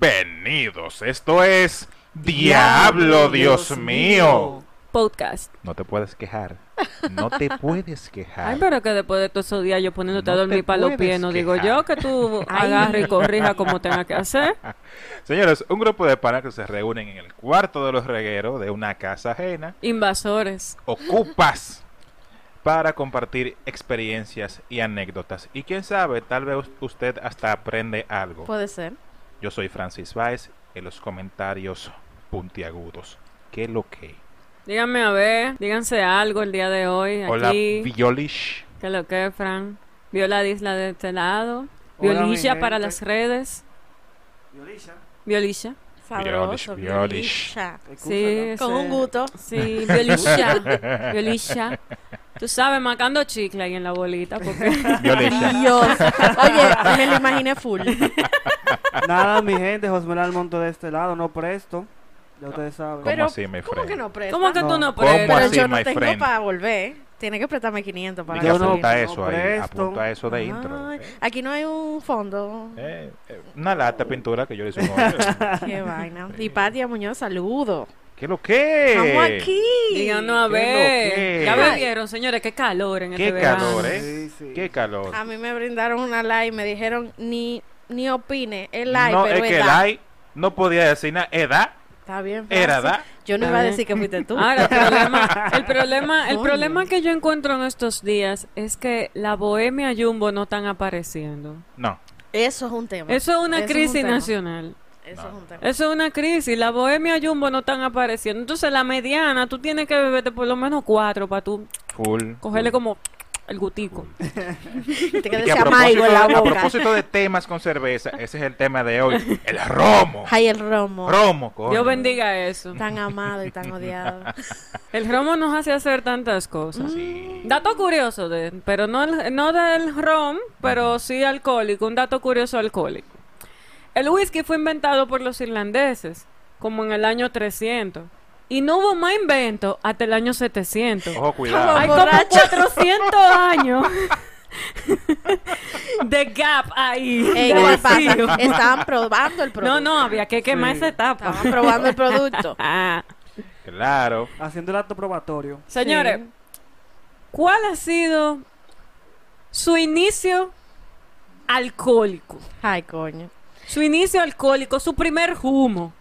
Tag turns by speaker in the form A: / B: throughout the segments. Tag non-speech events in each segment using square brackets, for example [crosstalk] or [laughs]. A: Bienvenidos, esto es Diablo, Dios, mío.
B: podcast.
A: No te puedes quejar, no te puedes quejar.
B: Ay, pero que después de todos esos días yo poniéndote a
A: Ah. No
B: dormir
A: te
B: para los
A: puedes
B: pies, no digo
A: quejar.
B: yo
A: [laughs]
B: que tú agarres y corrijas como tenga que hacer.
A: Señores, un grupo de panas que se reúnen en el cuarto de los regueros de una casa ajena,
B: Invasores.
A: ocupas, para compartir experiencias y anécdotas. Y quién sabe, tal vez usted hasta aprende algo.
C: Puede ser.
A: Yo soy Francis Baez, en los comentarios puntiagudos. ¿Qué lo que?
B: Díganme a ver, díganse algo el día de hoy.
A: Hola,
B: aquí.
A: Violish.
B: que lo que, Fran. Viola Disla de este lado.
D: Hola,
B: Violisha
D: mi
B: para
D: gente.
B: las redes.
D: Violilla,
B: Violisha.
C: Sabroso.
A: Biolish,
C: biolicha.
B: Sí,
C: Con
B: ese-
C: un gusto.
B: Sí,
A: [laughs]
B: Violisha. Violisha. Tú sabes, marcando chicle ahí en la bolita.
C: [laughs]
B: Porque...
A: [laughs] Violisha.
C: Dios. Oye, me lo imaginé full.
D: Nada, mi gente, Josmel Almonte de este lado, no presto. Ya ustedes saben.
A: ¿Cómo
C: Pero,
A: así, mi
C: ¿Cómo que
A: friend?
C: no presta?
B: ¿Cómo que tú
D: No.
B: no
A: ¿Cómo
C: Pero
B: puedes?
A: así,
C: yo no
A: my
C: tengo
A: friend?
C: para volver. Tiene que prestarme 500 para
A: Di que
D: Yo no-
C: gasolina.
A: apunta eso ahí,
D: presto.
A: apunta eso de intro.
C: Ay,
A: Eh,
C: Aquí no hay un fondo.
A: eh, eh, una lata de pintura que yo le hice un hoyo.
C: Qué vaina. Y Patia Muñoz, saludo.
A: ¿Qué lo que?
C: Estamos aquí.
B: Díganos a
A: ¿Qué lo
B: ver.
A: que?
B: Ya bebieron, señores, qué calor en
A: Qué
B: este
A: calor,
B: verano.
A: ¿eh?
D: Sí, sí.
A: Qué calor.
C: A mí me brindaron una like y me dijeron ni ni opine. Es like,
A: no,
C: pero
A: es que el
C: edad.
A: ay no podía decir nada. Edad,
C: Está bien.
A: era
C: Francis.
A: da.
C: Yo no
B: Está
C: iba a
B: bien.
C: decir que fuiste tú.
B: Ahora, el problema,
C: [laughs]
B: el problema, el
C: Coño.
B: problema que yo encuentro en estos días es que la bohemia jumbo no están apareciendo.
A: No.
C: Eso es un tema.
B: Eso es una
C: Eso es un
B: crisis
C: tema.
B: nacional.
C: Eso es un tema.
B: Eso es una crisis. La bohemia jumbo no están apareciendo. Entonces, la mediana, tú tienes que beberte por lo menos cuatro para tú
A: Full.
B: cogerle
A: full,
B: como el gutico.
A: full.
C: Te
A: Y
C: quedas
A: que a,
C: amargo en
A: propósito,
C: la
A: a
C: boca.
A: propósito de temas con cerveza, ese es el tema de hoy. El romo.
C: Ay, el romo.
A: Romo, coño.
B: Dios bendiga eso.
C: Tan amado y tan
A: [laughs]
C: odiado.
B: El romo nos hace hacer tantas cosas.
A: Sí.
C: Mm.
B: Dato curioso, de- pero no, el- no del rom, pero sí alcohólico, un dato curioso alcohólico. El whisky fue inventado por los irlandeses, como en el año 300. Y no hubo más invento hasta el año 700.
A: Ojo, cuidado.
B: Hay como 400 años de gap ahí.
C: Ey,
B: de
C: ¿qué
B: vacío.
C: pasa? Estaban probando el producto.
B: No, no, había que quemar esa etapa.
C: Estaban probando el producto.
B: Ah.
A: Claro.
D: Haciendo el acto probatorio.
B: Señores,
C: Sí.
B: ¿cuál ha sido su inicio alcohólico?
C: Ay, coño.
B: Su inicio alcohólico, su primer humo.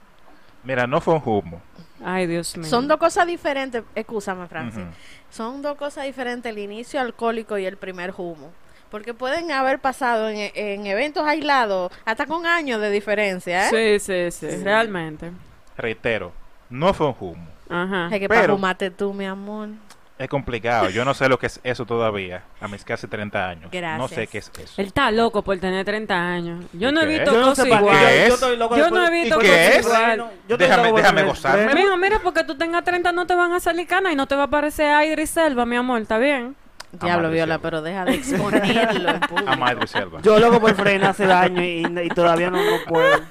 A: Mira, no fue un humo.
B: Ay, Dios mío.
C: Son dos cosas diferentes. Excúsame, Francis.
A: Ujú.
C: Son dos cosas diferentes: el inicio alcohólico y el primer humo. Porque pueden haber pasado en, en eventos aislados hasta con años de diferencia, ¿eh?
B: Sí, sí, sí, realmente.
A: Reitero, no fue un humo.
B: Ajá.
C: Hay que
A: Pero-
C: para fumarte tú, mi amor.
A: Es complicado. Yo no sé lo que es eso todavía. A mis casi 30 años. No
C: Gracias.
A: sé qué es eso.
B: Él está loco por tener 30 años. Yo no he
A: ¿Y qué?
B: visto
A: Yo
B: cosas
D: para
B: igual.
A: qué.
D: Yo
A: es.
D: estoy loco
B: Yo
D: después-
B: no he visto
D: después
A: qué
D: de
A: es.
D: Bueno, yo estoy
A: Déjame-
D: loco por
A: déjame
D: el
A: gozarme.
D: estreno.
B: Mira, mira, porque tú tengas 30 no te van a salir canas y no te va a parecer aire y selva, mi amor, ¿está bien?
C: Diablo,
A: Amadre
C: Viola,
A: Selva.
C: pero deja de exponerlo. en público.
A: A Madre Selva.
D: Yo loco por frenar hace años y, y todavía no, no puedo.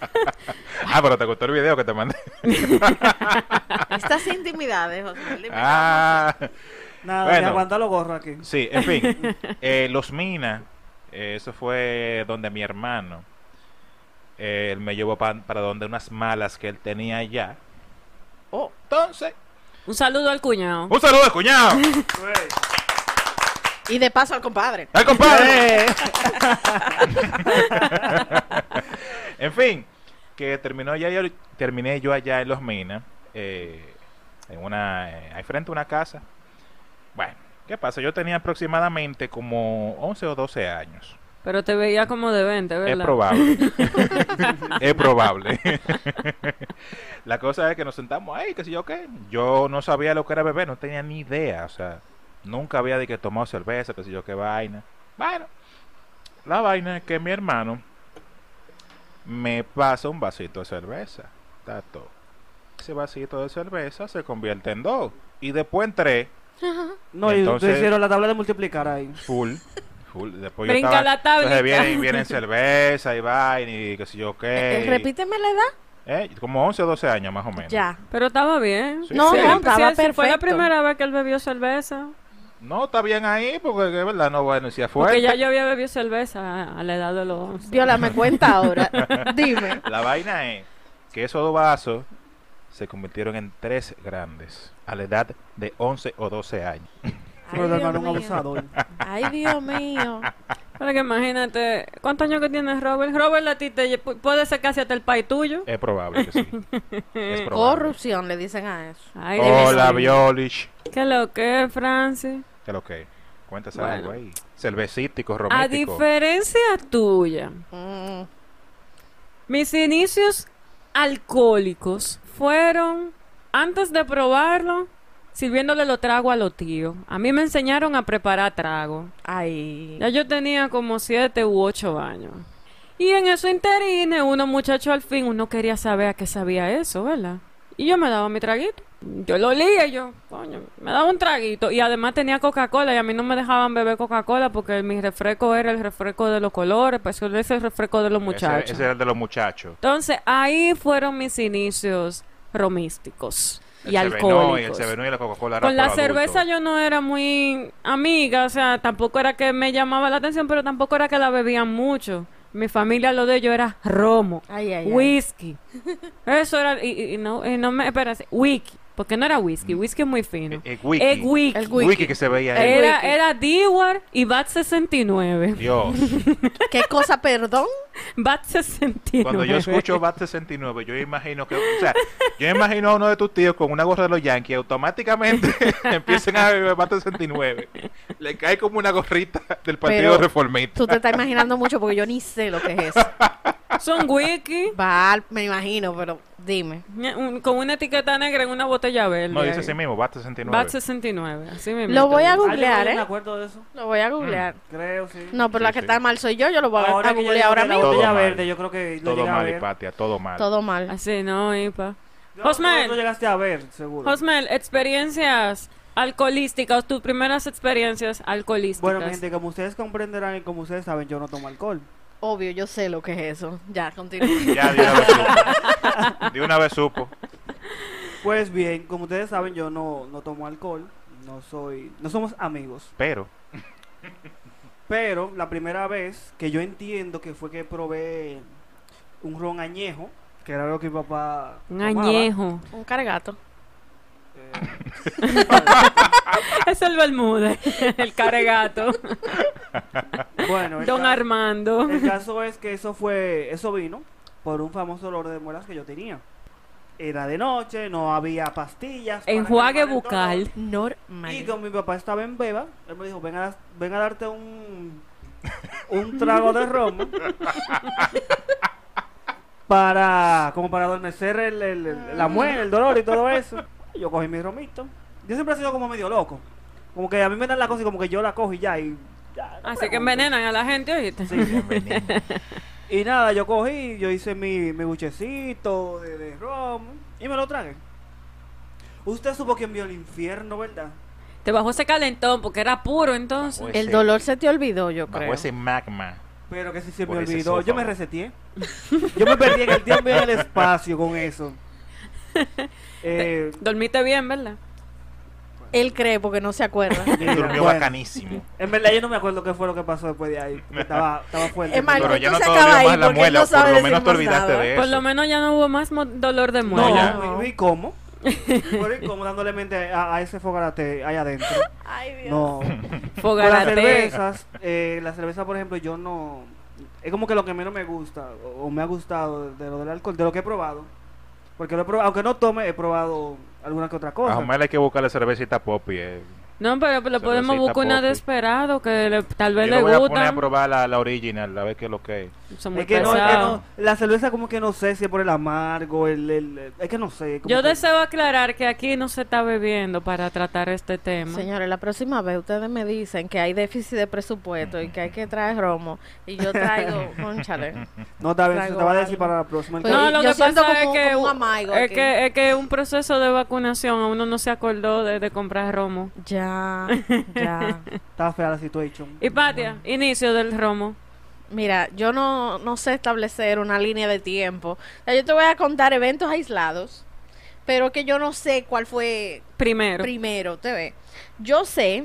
A: Ah, pero te gustó el video que te mandé.
C: [laughs] Estas intimidades, José. dime
A: Ah,
D: Nada,
A: Bueno.
D: me aguanta los gorros aquí.
A: sí, en
C: [laughs]
A: fin. Eh, los Minas, eh, eso fue donde mi hermano, eh, él me llevó pa- para donde unas malas que él tenía allá.
C: Oh.
A: Entonces,
B: Un saludo al cuñado.
A: un saludo al cuñado,
D: Pues.
C: Y de paso al compadre.
A: al compadre.
D: Eh,
A: [laughs] En fin, que terminó ya, ya- terminé yo allá en Los Minas, eh, en una, eh, ahí frente a una casa. Bueno, ¿qué pasa? Yo tenía aproximadamente como 11 o 12 años.
B: Pero te veía como de 20, ¿verdad?
A: Es
B: [laughs]
A: probable. es probable. [laughs] la cosa es que nos sentamos ahí, que si yo qué. Yo no sabía lo que era beber, no tenía ni idea. O sea, nunca había de que tomado cerveza, que si yo qué vaina. Bueno, la vaina es que mi hermano me pasa un vasito de cerveza. Tato. Ese vasito de cerveza se convierte en dos. Y después en tres.
D: no, y
A: Entonces-
D: ustedes hicieron la tabla de multiplicar ahí.
A: Full. Full. Después
B: Brinca
A: yo estaba,
B: la tablita.
A: Entonces vienen, vienen cerveza y vaina y que si yo qué.
C: Eh,
A: y-
C: repíteme la edad.
A: eh, como 11 o 12 años más o menos.
C: Ya.
B: Pero estaba bien.
A: Sí,
C: No,
A: sí.
C: no, estaba
B: si fue la
C: perfecto.
B: primera vez que él bebió cerveza.
A: No, está bien ahí, porque de verdad no bueno, si
B: Porque
A: afuera.
B: ya yo había bebido cerveza a- a la edad de los 11.
C: Viola, me cuenta [laughs] ahora. Dime.
A: La vaina es que esos dos vasos se convirtieron en tres grandes a la edad de 11 o 12 años.
D: Pero
C: Ay,
D: le ganó un
C: Dios mío.
D: abusador.
C: Ay, Dios mío.
B: Pero que imagínate, ¿cuántos años que tienes Robert? Robert, a ti te pu- puede ser casi hasta el país tuyo.
A: Es probable que
B: [laughs]
A: sí. Es [laughs] probable.
C: Corrupción le dicen a eso.
B: Ay, Dios
A: Hola,
B: mío.
A: Violich.
B: ¿Qué lo que es, Francis?
A: ¿Qué lo que? Cuéntase
B: Bueno.
A: algo ahí. Cervecítico,
B: A
A: romético.
B: diferencia tuya,
C: Mm.
B: mis inicios alcohólicos fueron antes de probarlo, sirviéndole los tragos a los tíos. A mí me enseñaron a preparar trago.
C: Ay.
B: Ya yo tenía como siete u ocho años. Y en esos interines, uno muchacho al fin, uno quería saber a qué sabía eso, ¿verdad? Y yo me daba mi traguito. Yo lo olía y yo, coño, me daba un traguito. Y además tenía Coca-Cola y a mí no me dejaban beber Coca-Cola porque mi refresco era el refresco de los colores, pues eso es el refresco de los
A: Ese-
B: muchachos.
A: Ese, era el de los muchachos.
B: Entonces, ahí fueron mis inicios romísticos
A: El
B: y
A: Sevenó
B: alcohólicos.
A: Y el Sevenó y la Coca-Cola era
B: Con la
A: para adultos.
B: cerveza yo no era muy amiga, o sea, tampoco era que me llamaba la atención, pero tampoco era que la bebían mucho. Mi familia lo de ellos era romo,
C: Ay, ay, ay.
B: whisky. Eso era, y- y, y no, y no me, espera, wiki, porque no era whisky,
A: Mm.
B: whisky es muy fino.
A: Eh, eh, wiki.
B: Eh, wiki.
C: El
A: Wiki.
C: Wiki.
A: que se veía ahí.
B: Era,
C: Wiki.
B: era Dewar y
A: [laughs]
B: Bat 69.
A: Dios.
C: ¿Qué cosa, perdón?
B: Bat 69.
A: Cuando yo escucho Bat 69, yo imagino que, o sea, yo imagino a uno de tus tíos con una gorra de los Yankees, automáticamente [laughs] empiezan a beber Bat 69. Le cae como una gorrita del Partido
C: Pero-
A: Reformista.
C: Tú te estás imaginando mucho porque yo ni sé lo que es eso.
B: Son wiki
C: Val, me imagino, pero dime.
B: un- con una etiqueta negra en una botella verde.
A: No, dice
B: ahí.
A: así mismo, Bat 69.
B: Bat 69, así mismo.
C: Lo voy a
D: Ah, yo
C: googlear,
D: no me
C: ¿eh?
D: acuerdo de eso.
C: Lo voy a googlear.
D: Creo, sí.
C: Mm. No, pero la
A: Sí,
C: que
A: sí.
C: está mal soy yo, yo lo voy a- a
D: que yo
C: googlear ahora
D: llegué a
C: mismo.
D: la botella
A: Todo mal.
D: verde, yo creo que lo
A: todo
D: llegué a
A: mal,
D: ver.
A: Hipatia, todo mal.
C: Todo mal.
B: Así no, Ipa.
D: Yo-
B: Osmel.
D: Tú lo llegaste a ver, seguro.
B: Osmel, experiencias alcoholísticas, tus primeras experiencias alcoholísticas.
D: Bueno, mi gente, como ustedes comprenderán y como ustedes saben, yo no tomo alcohol.
C: Obvio, yo sé lo que es eso. Ya, continúa.
A: Ya, de una vez supo. De una vez supo.
D: Pues bien, como ustedes saben, yo no, no tomo alcohol. No soy, no somos amigos.
A: Pero,
D: Pero la primera vez que yo entiendo que fue que probé un ron añejo, que era lo que mi papá
B: Un
D: tomaba,
B: añejo.
C: [laughs]
B: [laughs]
C: Un cargato.
D: eh,
B: es
D: [laughs]
B: el Bermúdez, el caregato,
D: bueno, el,
B: [laughs] Don
D: ca-
B: Armando.
D: el caso es que eso fue, eso vino por un famoso dolor de muelas que yo tenía. Era de noche, no había pastillas. para
B: Enjuague
D: calmar el dolor.
B: bucal.
D: Y
C: Normal.
D: como mi papá estaba en beba, él me dijo, ven a, ven a darte un, un trago de romo para, como para adormecer el, el- el- la muela, el dolor y todo eso. Yo cogí mi romito. Yo siempre he sido como medio loco. Como que a mí me dan la cosa y como que yo la cojo y ya. Y, ya, no
B: Así que
D: pregunto.
B: envenenan a la gente, ¿oíste?
D: Sí. Y nada, yo cogí, yo hice mi, mi buchecito de, de romo y me lo tragué. Usted supo que envió el infierno, ¿verdad?
B: Te bajó ese calentón porque era puro entonces.
A: Bajo
C: El
A: ese-
C: dolor se te olvidó, yo
A: bajo
C: creo.
A: ese magma.
D: Pero que si se
A: Por
D: me
A: ese
D: olvidó,
A: sótano.
D: yo me reseteé. Yo me perdí en el tiempo y en el espacio con
C: [laughs]
D: eso. Eh,
B: Dormiste bien, ¿verdad?
C: Él cree porque no se acuerda.
D: mira,
A: Durmió
D: bueno,
A: bacanísimo.
D: En verdad yo no me acuerdo qué fue lo que pasó después de ahí.
A: [laughs]
D: porque Estaba, estaba fuerte.
C: Es más,
A: Pero
C: Algo
A: ya
C: que
A: no
C: se
A: te
C: acaba
A: dolió
C: ahí,
A: más la
C: porque
A: muela,
C: no
A: por
C: sabe
A: lo menos te
C: decirnos
A: olvidaste
C: nada.
A: de eso.
B: Por lo menos ya no hubo más mo- dolor de
D: no,
B: muela.
A: ya.
D: vi- vi cómo. Vi cómo dándole mente a, a ese fogarate ahí adentro.
C: Ay, Dios. [laughs]
D: No. Con las
B: Fogarate.
D: cervezas, eh, la cerveza, por ejemplo, yo no. Es como que lo que menos me gusta, o, o me ha gustado de, de lo del alcohol, de lo que he probado. Porque lo he probado, aunque no tome, he probado alguna que otra cosa.
A: A Omar hay que buscarle cervecita poppy. eh.
B: No, pero le podemos
A: Cervecita
B: buscar una
A: Poppy.
B: de esperado que le- tal
A: Yo
B: vez
A: le voy
B: le
A: a poner
B: gusta.
A: a probar la, la original, a ver qué es lo que es.
B: Son muy
D: es que no, es que
B: pesados.
D: no, la cerveza como que no sé si es por el amargo, el, el- el- es que no sé. como
B: Yo
D: que-
B: deseo aclarar que aquí no se está bebiendo para tratar este tema.
C: Señores, la próxima vez ustedes me dicen que hay déficit de presupuesto y que hay que traer romo. Y yo traigo, conchale.
D: No, está bien, se te
C: traigo
D: va a decir
C: algo.
D: para la próxima.
C: Pues,
B: no,
C: y
B: lo
C: yo
B: que
C: siento
B: pasa
C: como-
B: es, que,
C: como un amaigo
B: es
C: aquí.
B: que es que un proceso de vacunación a uno no se acordó de, de comprar romo.
C: Ya, ya.
D: Está fea la situación.
B: Y Patia, inicio del romo.
C: Mira, yo no, no sé establecer una línea de tiempo. O sea, yo te voy a contar eventos aislados, pero que yo no sé cuál fue
B: Primero.
C: primero, te ve. Yo sé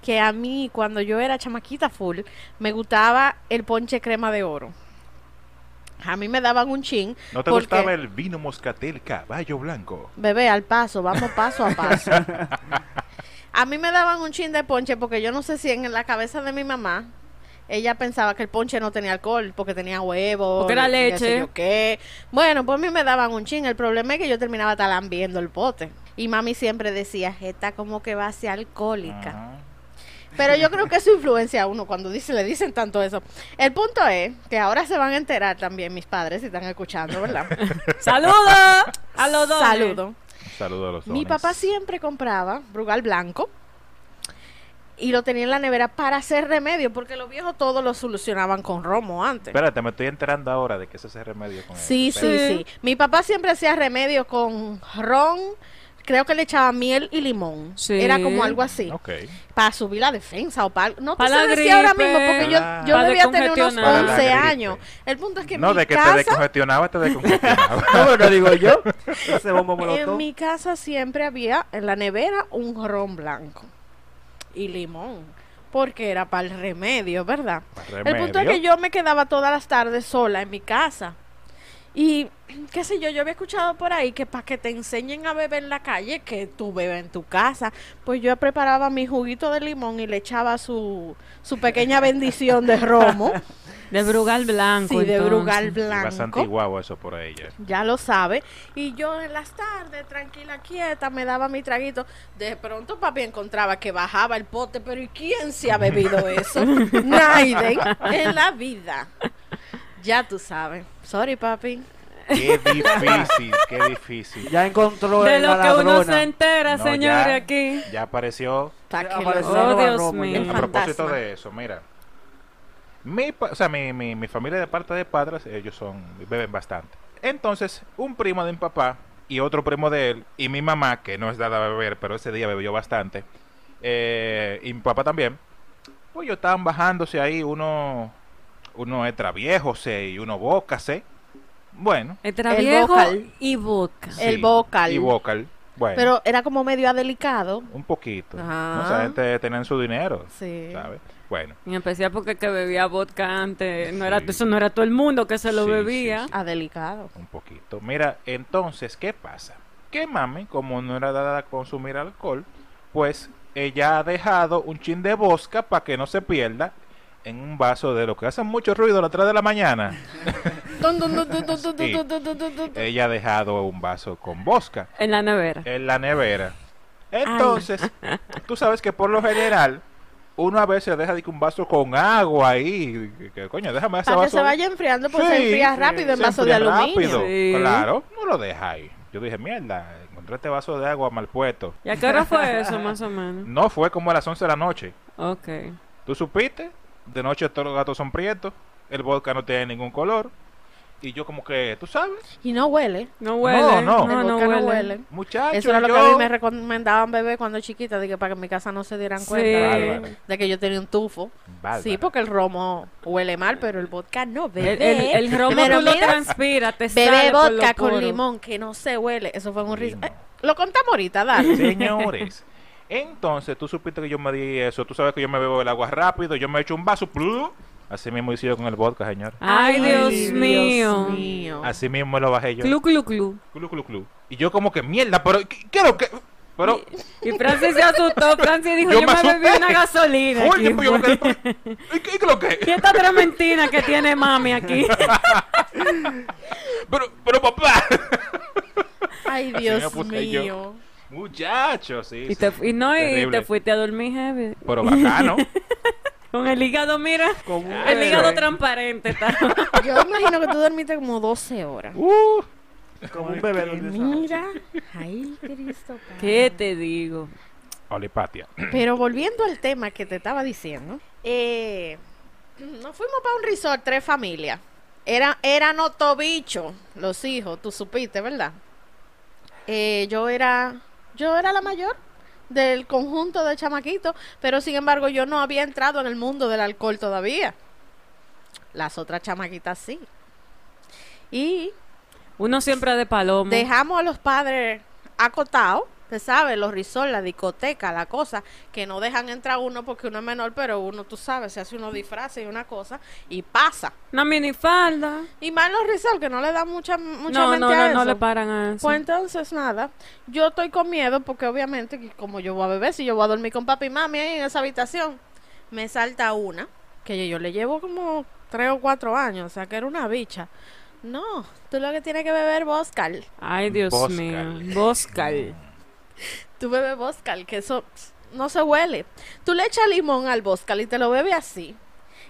C: que a mí, cuando yo era chamaquita full, me gustaba el ponche crema de oro. A mí me daban un chin.
A: ¿No te
C: porque-
A: gustaba el vino moscatel caballo blanco?
C: Bebé, al paso, vamos paso
B: [laughs]
C: a paso. A mí me daban un chin de ponche porque yo no sé si en la cabeza de mi mamá ella pensaba que el ponche no tenía alcohol porque tenía huevos.
B: Porque era
C: ya sé
B: leche.
C: yo qué. Bueno, pues a mí me daban un chin. El problema es que yo terminaba talambiendo el pote. Y mami siempre decía, esta como que va a ser alcohólica.
A: Ajá.
C: Pero yo creo que eso influencia a uno cuando dice, le dicen tanto eso. El punto es que ahora se van a enterar también mis padres si están escuchando, ¿verdad?
B: ¡Saludo! [laughs] A los dos. ¿eh?
C: Saludo.
A: Un saludo a los dos.
C: Mi papá siempre compraba Brugal Blanco y lo tenía en la nevera para hacer remedio, porque los viejos todos lo solucionaban con romo antes.
A: Espérate, me estoy enterando ahora de que ese es el remedio con
C: Sí,
A: eso.
C: sí,
A: Espérate.
C: sí. Mi papá siempre hacía remedio con ron, creo que le echaba miel y limón.
B: Sí.
C: Era como algo así,
A: Ok.
C: para subir la defensa o para... No te
B: Para
C: sé
B: la
C: decir ahora
B: gripe.
C: mismo, porque yo, yo
B: Para
C: debía tener unos
B: descongestionar.
A: Para la
C: 11
A: gripe.
C: años. El punto es que en
A: No,
C: mi
A: de que te
C: casa...
A: descongestionaba, te
C: [laughs]
A: descongestionaba.
D: No, pero no
A: [laughs]
D: digo yo. Ese
B: [laughs]
D: bombo molotov.
C: En mi casa siempre había en la nevera un ron blanco y limón, porque era para el remedio, ¿verdad? El punto es que yo me quedaba todas las tardes sola en mi casa. Y [clears throat] qué sé yo, yo había escuchado por ahí que para que te enseñen a beber en la calle, que tú bebes en tu casa, pues yo preparaba mi juguito de limón y le echaba su, su pequeña bendición de romo,
B: De Brugal Blanco.
C: sí, de
B: entonces.
C: brugal
A: Iba
C: blanco.
A: Bastante guau eso por ella.
C: Ya lo sabe. Y yo en las tardes, tranquila, quieta, me daba mi traguito. De pronto papi encontraba que bajaba el pote, pero ¿y quién se ha [laughs] bebido eso? Nadie en la vida. Ya tú sabes. Sorry, papi.
A: Qué difícil, qué
C: [laughs]
A: difícil.
D: Ya encontró
B: De
D: el la
B: lo que uno
D: ladrona.
B: se entera,
A: No,
B: señores,
A: ya.
B: aquí.
A: Ya apareció.
C: Pa' que lo-
D: Apareció
B: Oh,
D: Lola
B: Dios
D: Romo,
B: mío.
A: A
B: El
D: ya.
A: propósito
C: fantasma.
A: de eso, mira. Mi, pa- o sea, mi, mi, mi familia de parte de padres, ellos son beben bastante. Entonces, un primo de mi papá y otro primo de él y mi mamá, que no es dada a beber, pero ese día bebió bastante, eh, y mi papá también, pues ellos estaban bajándose ahí, uno, uno extra viejo, se, y uno boca, se. Bueno,
B: Entre
C: El
B: viejo
C: vocal.
B: y boca.
C: El vocal.
A: Y vocal. Bueno,
C: Pero era como medio adelicado.
A: un poquito.
C: Ajá.
A: No, O sea, gente tenían su dinero,
C: Sí.
A: ¿sabes? Bueno.
B: En especial porque el que bebía vodka antes, no era,
A: Sí.
B: eso no era todo el mundo que se lo
A: Sí, sí,
B: bebía.
A: sí.
C: Adelicado.
A: Un poquito. Mira, entonces, ¿qué pasa? Que mami, como no era dada a consumir alcohol, pues ella ha dejado un chin de bosca para que no se pierda en un vaso de lo que hace mucho ruido a las 3 de la mañana.
C: Dun, dun, dun, dun, dun, dun,
A: Sí.
C: dun, dun, dun, dun, dun.
A: Ella ha dejado un vaso con bosca
B: En la nevera.
A: en la nevera. Entonces, tú sabes que por lo general, uno a veces deja de que un vaso con agua ahí. que- Que, coño, déjame ese
C: Para que
A: vaso.
C: se vaya enfriando, pues se
A: Sí,
C: enfría
A: sí,
C: rápido en
A: se
C: vaso de
A: enfría
C: aluminio.
A: rápido,
B: Sí.
A: Claro, no lo deja ahí. Yo dije, mierda, encontré este vaso de agua mal puesto.
B: ¿Y a qué hora
A: [laughs]
B: fue eso, más o menos?
A: No fue como a las 11 de la noche.
B: Ok.
A: ¿Tú supiste? De noche todos los gatos son prietos, el vodka no tiene ningún color. Y yo como que, ¿tú sabes?
C: Y no huele.
B: No huele.
A: no.
C: El vodka no huele.
A: Muchacho,
C: Eso era lo que a
A: yo-
C: mí me recomendaban beber cuando chiquita, de que para que en mi casa no se dieran
B: Sí.
C: cuenta
A: Bárbara.
C: de que yo tenía un tufo.
A: Bárbara.
C: Sí, porque el romo huele mal, pero el vodka no,
B: El,
C: bebé.
B: el, el romo
C: Pero
B: tú lo
C: mira,
B: transpiras, te
C: Bebé
B: sale por los
C: vodka con
B: poros.
C: limón, que no se huele. Eso fue un riso.
A: Limón.
C: Eh, lo contamos ahorita, dale.
A: Señores, entonces tú supiste que yo me di eso. Tú sabes que yo me bebo el agua rápido, yo me echo un vaso. ¡plum! Así mismo hice yo con el vodka, señor.
B: [laughs] Ay, Dios,
D: Dios
B: mío.
C: mío.
A: Así mismo lo bajé yo.
B: Clu, clu, clu.
A: Clu, clu, clu. Y yo como que mierda, pero ¿qué, qué es lo que? Pero
B: Y Francis
A: [laughs]
B: se asustó. Francis dijo,
A: Yo
B: yo,
A: me
B: me bebí
A: asusté.
B: una gasolina. aquí,
A: oye, pues yo me
B: pues".
A: quedé,
C: [laughs]
A: pero, ¿y qué, qué es lo
B: [laughs] Y
A: que?
B: esta trementina que tiene
A: [laughs]
B: mami aquí.
A: Pero pero papá. [laughs]
C: Ay,
A: me
C: Dios
A: puse yo.
C: mío.
A: Muchachos, sí.
B: Y,
A: sí.
B: te, y no, y
A: Terrible.
B: te fuiste a dormir, heavy.
A: Pero bacano.
C: [laughs]
B: Con el hígado, mira.
D: Con un
B: El hígado
D: héroe.
B: transparente. está. [laughs]
C: Yo me imagino que tú dormiste como 12 horas.
A: Uh,
D: Como un bebé. durmió esa noche.
C: Mira, ay, Cristo. Padre.
B: ¿Qué te digo?
A: Olipatia.
C: Pero volviendo al tema que te estaba diciendo, eh, nos fuimos para un resort, tres familias. Era, eran otobichos los hijos, tú supiste, ¿verdad? Eh, yo era, yo era la mayor del conjunto de chamaquitos, pero sin embargo yo no había entrado en el mundo del alcohol todavía. Las otras chamaquitas sí. Y
B: Uno siempre de palomo.
C: dejamos a los padres acotados Te sabes, los risol, la discoteca, la cosa, que no dejan entrar uno porque uno es menor, pero uno, tú sabes, se hace unos disfraces y una cosa y pasa.
B: Una minifalda.
C: Y más los risol, que no le dan mucha, mucha
B: No,
C: mente
B: no,
C: a
B: no,
C: eso.
B: no le paran a eso.
C: Pues entonces, nada, yo estoy con miedo porque obviamente, que como yo voy a beber, si yo voy a dormir con papi y mami ahí en esa habitación, me salta una, que yo le llevo como tres o cuatro años, o sea, que era una bicha. No, tú lo que tienes que beber Boscal.
B: Ay, Dios
A: Boscal.
B: mío. Boscal.
C: Tú bebes Boscal, que eso pss, no se huele. Tú le echas limón al Boscal y te lo bebes así.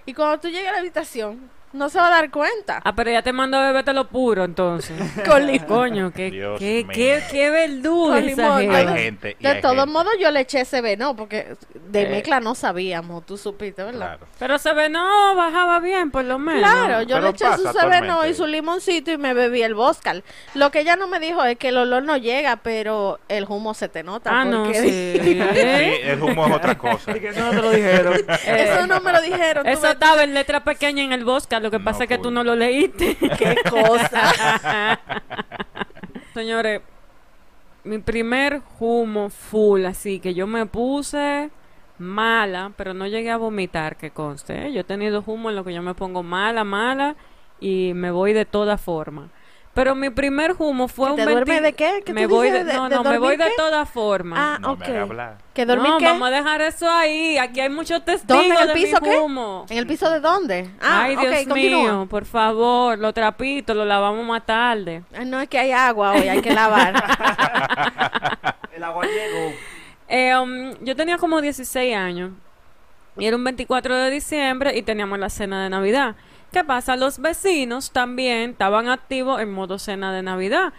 C: Y cuando tú llegues a la habitación, no se va a dar cuenta.
B: Ah, pero ya te mando a bebértelo puro, entonces.
C: [laughs] Con limón.
B: Coño, qué,
A: Dios
B: qué,
A: mío.
B: qué, qué verdura
C: Con
B: esa
C: limón.
B: jeva.
A: Hay
C: Ay,
A: gente. y
C: De
A: hay
C: todos
A: gente,
C: modos, yo le eché ese no, porque de
B: Eh.
C: mezcla no sabíamos, tú supiste, ¿verdad?
A: claro.
B: Pero se ve, no, bajaba bien, por lo menos.
C: Claro, yo
A: Pero
C: le eché
A: pasa
C: su sereno
A: actualmente.
C: y su limoncito y me bebí el boscal. Lo que ella no me dijo es que el olor no llega, pero el humo se te nota.
B: Ah, no,
C: porque-
B: [laughs] sí.
A: Sí,
C: ¿Eh?
A: el humo es otra
D: [laughs]
A: cosa.
D: Y que eso no te lo
B: [laughs]
D: dijeron.
C: [laughs] Eso no me lo dijeron. [laughs] tú
B: Eh. Eso
C: ves,
B: estaba en letra pequeña en el bosque, lo que
A: No,
B: pasa es que tú
A: coño.
B: no lo leíste.
C: [laughs]
B: [laughs]
C: Qué cosa.
B: Señores, mi primer humo full, así que yo me puse mala, pero no llegué a vomitar, que conste. ¿eh? Yo he tenido humo en lo que yo me pongo mala, mala, y me voy de toda forma. Pero mi primer humo fue
C: ¿Que
B: un
C: te duerme
B: 20
C: de qué? ¿Que
B: me
C: tú
B: voy
C: dices
B: de,
C: de-
B: no,
C: de
B: no, me voy
C: dormir
B: de
C: qué?
B: toda forma.
C: Ah,
A: No
C: ok.
A: me haga hablar.
C: ¿Que dormí
B: no,
C: qué?
B: vamos a dejar eso ahí. Aquí hay muchos testigos
C: ¿Dónde? ¿En el
B: de
C: piso
B: mi
C: qué?
B: humo.
C: ¿En el piso de dónde? Ah,
B: Ay,
C: ok,
B: Dios
C: continúa.
B: mío, por favor, los trapitos los lavamos más tarde.
C: Ay, Ah, no, es que hay agua hoy, hay que lavar.
A: [laughs]
D: El agua llegó.
B: Eh, um, yo tenía como 16 años y era un 24 de diciembre y teníamos la cena de Navidad. ¿Qué pasa? Los vecinos también estaban activos en modo cena de Navidad.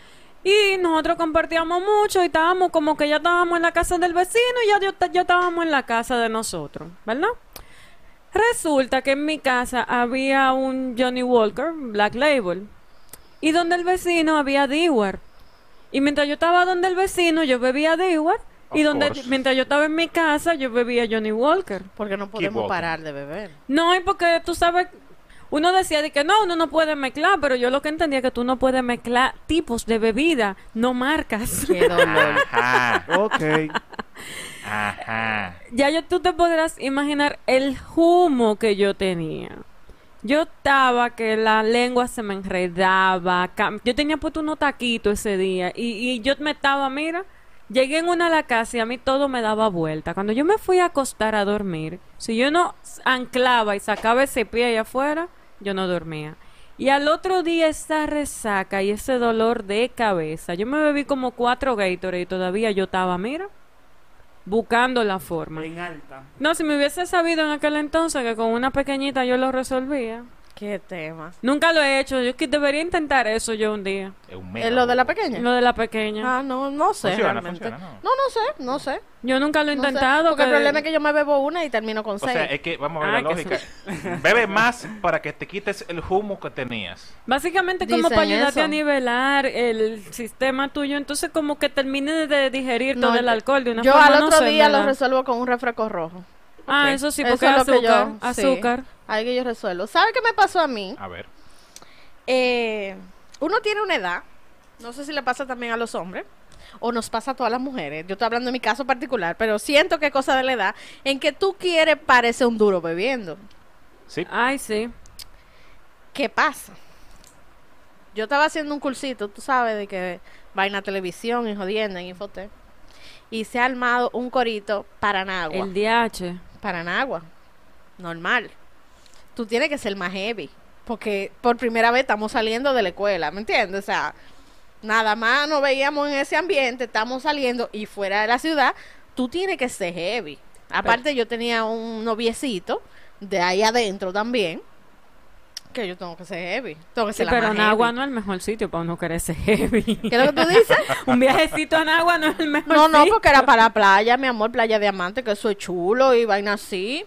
B: Y nosotros compartíamos mucho y estábamos como que ya estábamos en la casa del vecino y ya, yo ta- ya estábamos en la casa de nosotros, ¿verdad? Resulta que en mi casa había un Johnny Walker, Black Label, y donde el vecino había Dewar. Y mientras yo estaba donde el vecino, yo bebía Dewar. Y
A: Of
B: donde,
A: course.
B: mientras yo estaba en mi casa, yo bebía Johnny Walker.
C: Porque no
A: Keep
C: podemos
A: walking.
C: parar de beber.
B: No, y porque tú sabes, uno decía de que no, uno no puede mezclar, pero yo lo que entendía es que tú no puedes mezclar tipos de bebida, no marcas.
C: Qué dolor. Ah.
A: Ajá,
D: Ok.
A: ajá.
B: [laughs] ya yo, tú te podrás imaginar el humo que yo tenía. Yo estaba que la lengua se me enredaba. cam- Yo tenía puesto unos taquitos ese día y, y yo me estaba, mira, llegué en una a la casa y a mí todo me daba vuelta. Cuando yo me fui a acostar a dormir, si yo no s- anclaba y sacaba ese pie allá afuera, yo no dormía. Y al otro día esa resaca y ese dolor de cabeza. Yo me bebí como cuatro Gatorade y todavía yo estaba, mira, buscando la forma.
D: En alta.
B: No, si me hubiese sabido en aquel entonces que con una pequeñita yo lo resolvía.
C: [laughs] Qué tema.
B: Nunca lo he hecho. Yo es que debería intentar eso yo un día.
A: Es un
C: ¿Es
A: mega
C: Eh, lo de la
A: humo.
C: pequeña?
B: Lo de la pequeña.
C: Ah, no, no sé
A: Funciona,
C: realmente.
A: funciona, ¿no?
C: no, no sé, no sé.
B: Yo nunca lo he
C: No sé,
B: intentado.
C: porque el
B: que-
C: problema es que yo me bebo una y termino con
A: O
C: seis.
A: sea, es que vamos a ver
B: Ah,
A: la
B: que
A: lógica.
C: [laughs]
A: Bebe más para que te quites el humo que tenías.
B: Básicamente como
C: Dicen
B: para ayudarte
C: eso.
B: a nivelar el sistema tuyo. Entonces como que termine de digerir
C: No,
B: todo el alcohol de una
C: yo
B: forma.
C: al
B: no
C: otro
B: sé, en
C: día lo
B: verdad.
C: resuelvo con un refresco rojo.
B: Ah,
A: Ok.
B: eso sí,
C: Eso
B: porque
C: es lo que
B: azúcar.
C: yo- sí.
B: azúcar.
C: Ahí que yo resuelvo. ¿Sabe qué me pasó a mí?
A: A ver.
C: Eh, uno tiene una edad, no sé si le pasa también a los hombres, o nos pasa a todas las mujeres. Yo estoy hablando de mi caso particular, pero siento que es cosa de la edad, en que tú quieres parecer un duro bebiendo.
A: Sí.
B: Ay, sí.
C: ¿Qué pasa? Yo estaba haciendo un cursito, tú sabes, de que vaina televisión y jodiendo en Infotec. Y se ha armado un corito para Nagua.
B: El DH.
C: para Nagua. Normal. Tú tienes que ser más heavy. Porque por primera vez estamos saliendo de la escuela, ¿me entiendes? O sea, nada más nos veíamos en ese ambiente, estamos saliendo y fuera de la ciudad, tú tienes que ser heavy. Aparte, yo tenía un noviecito de ahí adentro también, que yo tengo que ser heavy. Tengo que
B: Sí,
C: ser Pues
B: pero
C: la más
B: Nagua
C: heavy.
B: no es el mejor sitio para uno querer ser heavy.
C: ¿Qué es lo que tú dices?
B: [laughs] Un viajecito a Nagua no es el mejor
C: No, no,
B: sitio.
C: porque era para la playa, mi amor, playa diamante, que eso es chulo y vaina así.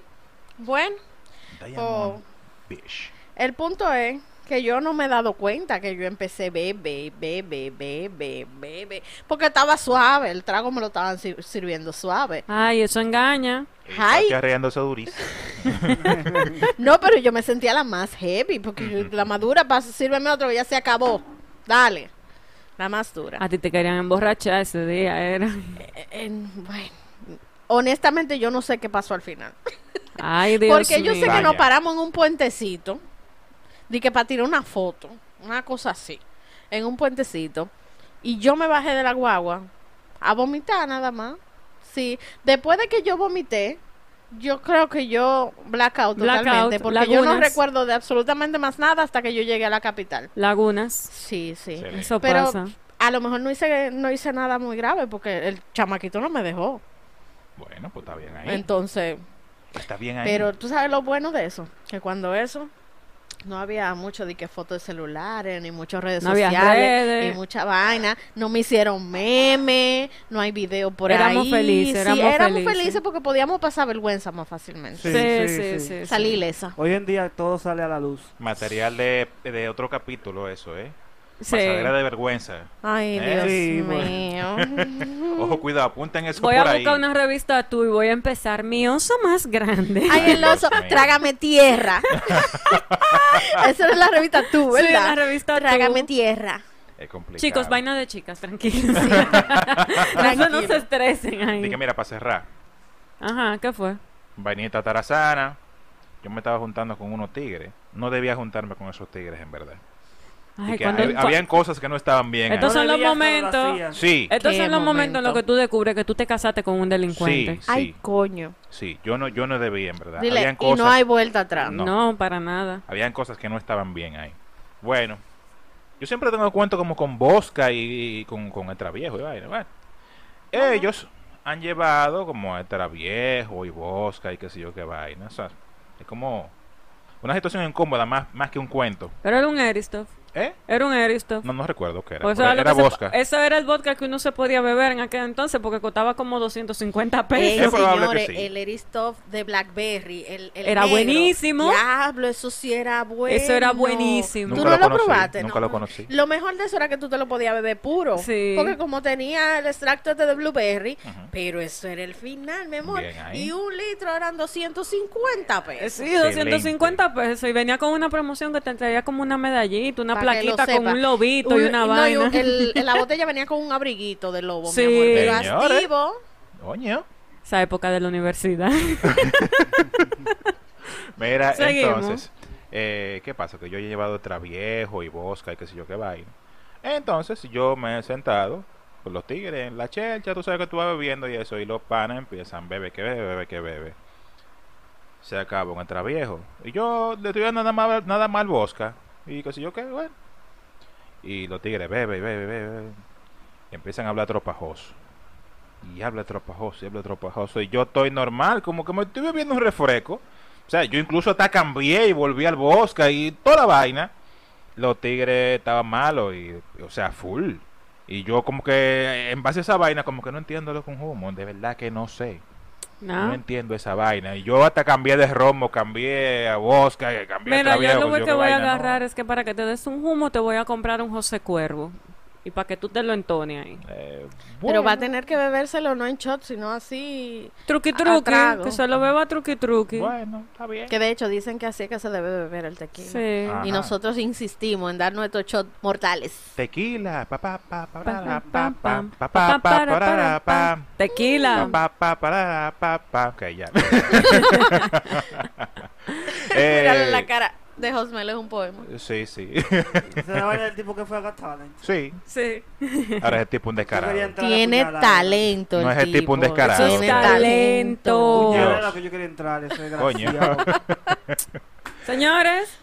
C: Bueno, Ah. Oh.
A: Diamond Bitch.
C: El punto es que yo no me he dado cuenta que yo empecé bebe, bebe, bebe, bebe. Porque estaba suave, el trago me lo estaban sir- sirviendo suave.
B: Ay, eso engaña.
A: Eh,
C: Ay.
A: Está riéndose durísimo.
C: No, pero yo me sentía la más heavy, porque yo- la madura para sírveme otro que ya se acabó. Dale. La más dura.
B: A ti te querían emborrachar ese día, era.
C: Eh, eh, bueno, honestamente yo no sé qué pasó al final.
B: Ay, Dios
C: Porque yo
B: mío.
C: sé que nos
A: Vaya.
C: paramos en un puentecito. Di que para tirar una foto. Una cosa así. En un puentecito. Y yo me bajé de la guagua. A vomitar nada más. Sí. Después de que yo vomité. Yo creo que yo blackout
B: Blackout,
C: totalmente. Porque yo no
B: lagunas.
C: recuerdo de absolutamente más nada hasta que yo llegué a la capital.
B: Lagunas.
C: Sí, sí.
A: Sí.
B: Eso
C: Pero-
B: pasa.
C: A lo mejor no hice, no hice nada muy grave porque el chamaquito no me dejó.
A: Bueno, pues está bien ahí.
C: Entonces,
A: está bien ahí.
C: Pero tú sabes lo bueno de eso, que cuando eso no había mucho de que fotos de celulares, ni muchas redes
B: No había
C: sociales,
B: redes.
C: ni mucha vaina, no me hicieron memes, no hay video por
B: Éramos
C: ahí.
B: felices,
C: Sí,
B: éramos felices.
C: felices. porque podíamos pasar vergüenza más fácilmente.
B: Sí,
D: Sí,
B: sí,
D: sí,
B: sí.
D: sí.
B: sí.
C: Salir ilesa.
D: Hoy en día todo sale a la luz.
A: Material de, de otro capítulo, eso, ¿eh?
B: Sí.
A: Pasadera de vergüenza.
C: Ay,
A: Eh,
C: Dios
D: sí,
C: mío.
B: [laughs]
A: Ojo, cuidado, apunten eso
B: Mm. Voy
A: por
B: a
A: ahí.
B: buscar una revista tú y voy a empezar mi oso más grande.
C: Ay,
A: [laughs]
C: el oso,
A: Dios mío.
C: trágame tierra.
A: [laughs]
C: Esa es la revista tú,
B: [laughs] Sí,
C: ¿verdad?
B: la revista Tú.
C: Trágame tierra.
A: Es complicado.
B: Chicos, vaina de chicas, tranquilos. [laughs]
A: Ah,
B: no, no se estresen ahí.
A: Dije, mira, para cerrar.
B: Ajá, ¿qué fue?
A: Vainita tarazana. Yo me estaba juntando con unos tigres. No debía juntarme con esos tigres, en verdad.
B: Ay,
A: Y que
B: cuando-
A: hab- habían cosas que no estaban bien. ahí.
B: Estos son los
D: Todavía
B: momentos.
D: todavía.
A: Sí,
B: Estos
C: Qué
B: son los momentos en los
C: momento.
B: que tú descubres que tú te casaste con un delincuente.
A: sí,
C: Ay,
A: sí,
C: coño.
A: sí. Yo no, yo no debía, en verdad.
C: Dile,
A: Ah, habían
C: y
A: cosas,
C: no hay vuelta atrás.
A: No.
B: No, para nada.
A: habían cosas que no estaban bien ahí. Bueno, yo siempre tengo cuento como con Bosca y, y con, con el Traviejo y vaina, bueno. Ellos han llevado como el Traviejo y Bosca y qué sé yo qué vaina. O sea, es como una situación incómoda más, más que un cuento.
B: Pero era un Eristoff.
A: ¿eh?
B: Era un Eristoff.
A: No, no recuerdo qué era.
B: Pues
A: pero
B: era lo
A: era
B: que se-
A: Bosca.
B: Eso era el vodka que uno se podía beber en aquel entonces porque costaba como 250
C: Ey,
B: pesos.
A: Es probable
C: señores,
A: que sí.
C: el Eristoff de Blackberry, el, el
B: Era
C: negro.
B: buenísimo.
C: Diablo, eso sí era bueno.
B: Eso era buenísimo.
A: Nunca
C: ¿Tú no
A: lo
C: lo,
A: conocí,
C: probaste?
A: nunca
C: no?
A: lo conocí.
C: mejor de eso era que tú te lo podías beber puro.
B: Sí.
C: Porque como tenía el extracto este de Blueberry,
A: Ujú.
C: pero eso era el final, mi amor.
A: Bien ahí.
C: Y un litro eran 250
B: Eh,
C: pesos.
B: Sí, 250 pesos. Y venía con una promoción que te traía como una medallita, una
C: Pa' que lo
B: plaquita con
C: sepa.
B: un lobito y
C: Un-
B: una
C: no, y
B: vaina.
C: un- el- el- la botella venía con un abriguito de lobo,
B: Sí.
C: mi amor. Pero
A: Señores.
C: activo.
A: Coño.
B: Esa época de la universidad. [laughs]
A: Mira,
B: Seguimos.
A: entonces, eh, ¿qué pasa? Que yo he llevado Traviejo y Bosca y qué sé yo qué vaina. Entonces, yo me he sentado con los tigres en la chelcha, tú sabes que tú vas bebiendo y eso, y los panas empiezan, bebe, que bebe, bebe, que bebe. Se acaba un Traviejo. Y yo le estoy dando nada más, nada más al Bosca y qué sé yo qué, bueno. Y los tigres, bebe, bebe, bebe. bebe. Y empiezan a hablar tropajoso. Y habla tropajoso, y habla tropajoso. Y yo estoy normal, como que me estoy bebiendo un refresco. O sea, yo incluso hasta cambié y volví al bosque y toda la vaina. Los tigres estaban malos y, o sea, full. Y yo como que, en base a esa vaina, como que no entiendo lo con humo. De verdad que no sé. No,
B: No.
A: entiendo esa vaina. Y yo hasta cambié de romo, cambié a bosque, cambié a
B: Mira, yo
A: Traviejo,
B: lo
A: yo
B: que
A: qué
B: voy a
A: vaina, no. Eh,
B: agarrar es que para que te des un humo te voy a comprar un José Cuervo. Y para que tú te lo entones ahí.
A: Eh,
C: Pero va a
A: bueno,
C: tener que bebérselo no en shot, sino así.
B: Truqui
C: A- a
B: truqui,
C: trago.
B: que se lo beba truqui truqui.
A: Bueno, está bien.
C: Que de hecho dicen que así es que se debe beber el tequila.
B: Sí.
A: Ah.
C: Y
A: Ajá.
C: nosotros insistimos en dar nuestros shots mortales.
A: Tequila, pa, pa, pa, pa,
B: Pam,
A: ra,
B: pam,
A: pa,
B: pam,
A: pa, pa,
B: pam,
A: pa, pa,
B: para,
A: pa, ra,
B: para,
A: pa.
B: pam. Tequila.
A: Pa, pa, pa, ra, pa, pa. Ok,
B: [laughs]
A: ya. Eh,
C: Mírale la cara de Josmelo es un poema.
A: Sí, sí. [laughs]
D: Esa es la vaina del tipo que fue a Got Talent.
A: Sí.
B: Sí.
A: Ahora es tipo un descarado.
D: Yo quería entrar a
C: Tiene
D: puñalada.
C: talento.
A: No
C: el
A: es el tipo un descarado.
C: Tiene
A: Eso es
B: talento.
D: Puñalada
A: Dios.
D: era lo que yo quería entrar, ese
A: Coño.
D: desgraciado.
B: Señores,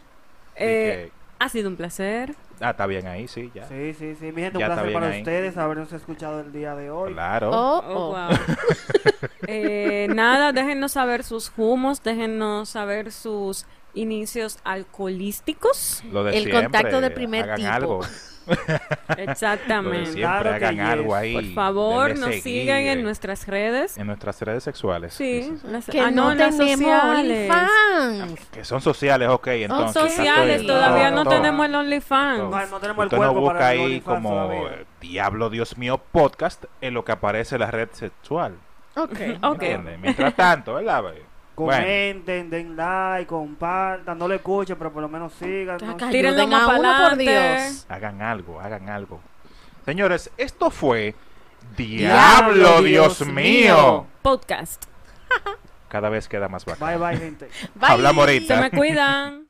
B: eh,
A: Así
B: ha sido un placer.
A: que- Ah, está bien ahí, sí, ya.
D: Sí, sí, sí. Mi gente, un
A: Ya está
D: placer
A: bien
D: para
A: ahí.
D: ustedes habernos escuchado el día de hoy.
A: Claro.
C: Oh,
B: Oh,
C: oh.
B: wow. [laughs] Eh, nada, déjennos saber sus humos, déjennos saber sus inicios
C: [laughs]
B: alcoholísticos.
A: Lo de
C: El
A: siempre,
C: contacto de primer
A: hagan
C: tipo.
A: Algo. Lo de
B: Exactamente.
A: siempre,
D: Claro que
A: hagan
D: yes.
A: algo ahí.
B: Por favor,
A: Denle
B: nos
A: seguir,
B: sigan en
A: eh,
B: nuestras redes.
A: en nuestras redes sexuales.
B: Sí,
A: dicen.
B: las,
C: Que
B: ah,
C: no,
B: en las
C: tenemos
B: sociales.
C: OnlyFans.
A: Que son sociales, ok.
B: Son
A: Entonces, está
B: sociales,
A: todo-
B: todavía
A: todo,
B: no
A: todo.
B: tenemos el
A: Todo.
B: OnlyFans.
D: No, no tenemos el
A: Usted
D: cuerpo
A: no busca
D: para el
A: ahí
D: OnlyFans
A: como
D: todavía.
A: eh, Diablo Dios mío podcast en lo que aparece la red sexual.
C: Ok.
B: Ok.
A: ¿entiende? Mientras tanto, ¿verdad? babe? Bueno,
D: Comenten, den like, compartan, no lo escuchen, pero por lo menos sigan.
C: Acá
B: Tírenlo
C: ayuden a
B: más
C: uno, por
B: pa'lante.
C: Dios.
A: hagan algo, hagan algo. Señores, esto fue Diablo, Dios, mío.
B: Podcast.
A: Cada vez queda más bajo.
D: Bye, bye, gente.
C: Bye.
A: Hablamos ahorita.
B: Se me cuidan.